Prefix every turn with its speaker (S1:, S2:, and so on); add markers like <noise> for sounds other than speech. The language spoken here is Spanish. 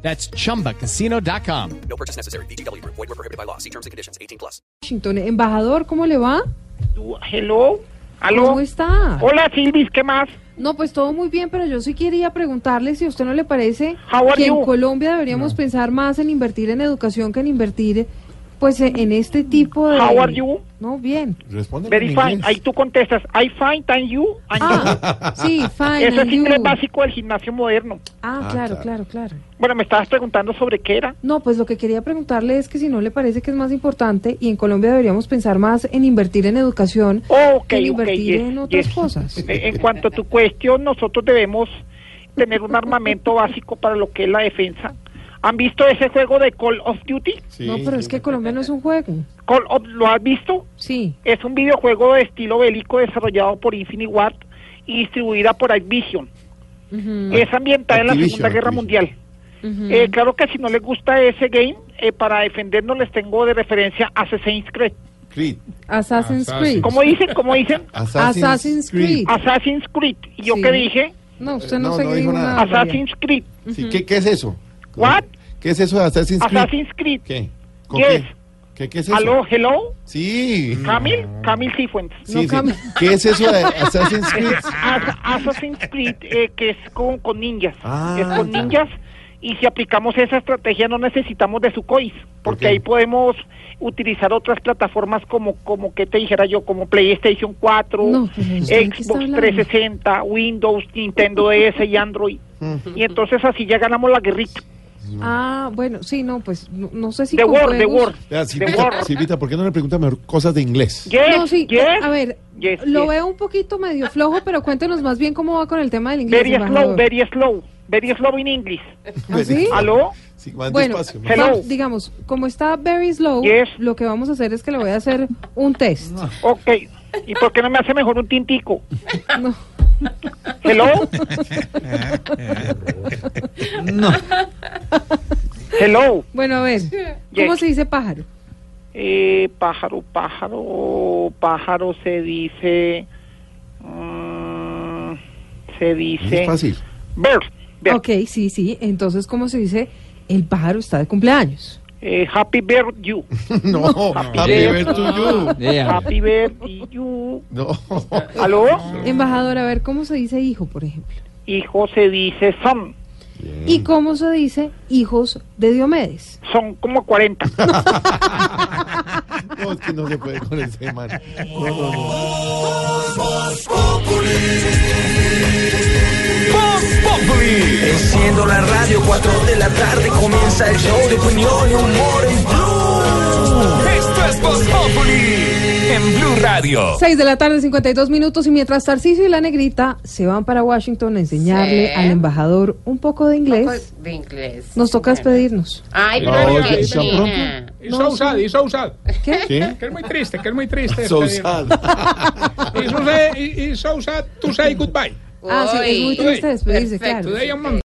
S1: That's chumbacasino.com.
S2: No purchase necessary. BGW. Void were prohibited by law. See terms and conditions. 18 plus.
S3: Washington, embajador, ¿cómo le va?
S4: Hello. ¿Aló?
S3: ¿Cómo está?
S4: Hola, Silvis, ¿qué más?
S3: No, pues todo muy bien, pero yo sí quería preguntarle si a usted no le parece
S4: How are
S3: que en
S4: you?
S3: Colombia deberíamos pensar más en invertir en educación que en invertir pues e- en este tipo de...
S4: How are you?
S3: No, <laughs> bien.
S5: Responde
S4: Very fine. Ahí tú contestas, I fine, and you, and
S3: Ah, sí,
S4: you.
S3: fine.
S4: Eso es
S3: and you.
S4: inglés básico del gimnasio moderno.
S3: Ah, claro, claro, claro.
S4: Bueno, me estabas preguntando sobre qué era.
S3: No, pues lo que quería preguntarle es que si no le parece que es más importante y en Colombia deberíamos pensar más en invertir en educación
S4: Oh, ok,
S3: que en
S4: ok,
S3: invertir
S4: yes,
S3: en otras
S4: yes.
S3: cosas.
S4: Eh, En cuanto a tu cuestión, nosotros debemos tener un armamento básico para lo que es la defensa. ¿Han visto ese juego de Call of Duty?
S3: no, pero es que Colombia no es un juego.
S4: Call of, ¿Lo has visto?
S3: Sí.
S4: Es un videojuego de estilo bélico desarrollado por Infinity Ward y distribuida por Activision. Es ambientada en la
S5: Activision,
S4: Segunda Guerra
S5: Activision.
S4: Mundial. Eh, claro que si no les gusta ese game, eh, para defendernos les tengo de referencia Assassin's Creed.
S5: Creed.
S3: Assassin's Creed.
S4: ¿Cómo dicen?
S3: <laughs>
S4: ¿Cómo dicen?
S3: Assassin's Creed.
S4: Assassin's Creed. ¿Y yo
S3: Sí. Ah,
S4: qué dije?
S3: No, usted no,
S5: Eh, No,
S3: se
S5: no
S3: cree
S5: dijo
S3: una
S5: nada.
S3: barbaridad.
S4: Assassin's Creed.
S5: Sí, ¿qué, ¿Qué es eso?
S4: What?
S5: ¿Qué es eso de Assassin's Creed?
S4: Assassin's Creed.
S5: ¿Qué? ¿Con
S4: Yes.
S5: qué? ¿Qué? ¿Qué es eso?
S4: ¿Aló? ¿Hello?
S5: Sí.
S4: ¿Camil? ¿Camil Cifuentes?
S3: No,
S5: Sí, sí.
S3: Cam-
S5: ¿Qué es eso
S4: <laughs>
S5: de Assassin's <laughs> Creed?
S4: As- Assassin's Creed, eh, que es con, con ninjas.
S5: Ah.
S4: es con ninjas. Y si aplicamos esa estrategia, no necesitamos de Sucois, porque
S5: qué?
S4: ahí podemos utilizar otras plataformas como, como que te dijera yo, como PlayStation 4,
S3: No, pero ¿usted de qué está
S4: Xbox
S3: hablando?
S4: 360, Windows, Nintendo DS y Android. Y entonces así ya ganamos la guerrita.
S3: Ah, bueno, sí, no, pues no, no sé si
S4: The
S3: con
S4: War, The
S3: juegos-
S4: War.
S5: Vea,
S4: The War.
S5: Silvita, Silvita, ¿por qué no le pregunta mejor cosas de inglés? <laughs>
S4: Yes,
S3: No, sí, eh,
S4: yes,
S3: a ver,
S4: yes,
S3: lo
S4: yes.
S3: veo un poquito medio flojo, pero cuéntenos más bien cómo va con el tema del inglés.
S4: Very slow,
S3: embajador.
S4: very slow. Very slow in English.
S3: ¿Ah, sí?
S4: ¿Aló?
S5: Pues, Sí, más
S3: Bueno,
S5: despacio. más
S4: Hello.
S3: vamos, digamos, como está very slow,
S4: Yes.
S3: lo que vamos a hacer es que le voy a hacer un test.
S4: Ok. ¿Y por qué no me hace mejor un tintico?
S3: No.
S4: Hello. Hello.
S3: Bueno, a ver, ¿cómo se dice pájaro?
S4: Eh, pájaro, pájaro, pájaro se dice. mm, se dice.
S5: Es fácil.
S4: Bird. bird.
S3: Ok, sí, sí, entonces, ¿cómo se dice el pájaro está de cumpleaños?
S4: Eh, happy bird you.
S5: <laughs> No, happy
S4: birthday.
S5: birthday to
S1: <laughs>
S5: you.
S4: Happy bird you.
S5: No.
S4: ¿Aló?
S3: Embajador, a ver, ¿cómo se dice hijo, por ejemplo?
S4: Hijo se dice son.
S3: ¿Y cómo se dice hijos de Diomedes?
S4: Son como 40.
S5: No, es que no se puede con ese man. No, no, no.
S6: Enciendo la radio, 4 de la tarde comienza el show de opinión y humor en Blue.
S7: Esto es Voz Populi en Blue Radio.
S3: 6 de la tarde, 52 minutos. Y mientras Tarcisio y la Negrita se van para Washington a enseñarle
S8: Sí.
S3: al embajador un poco de inglés,
S8: de inglés.
S3: Pues, nos toca despedirnos.
S8: Ay,
S5: No,
S8: pero
S5: oye, ¿está
S8: Argentina.
S9: Y so sad, y so sad.
S3: ¿Qué?
S5: ¿Qué?
S9: Que es muy triste, que es muy
S5: <laughs>
S9: triste.
S5: So
S9: despedir.
S5: sad.
S9: Y so sad, y- y so sad to say goodbye.
S3: Ah, sí, es muy
S8: Uy.
S3: Ah, triste despedirse, claro.
S8: Perfecto.
S9: Today I'm on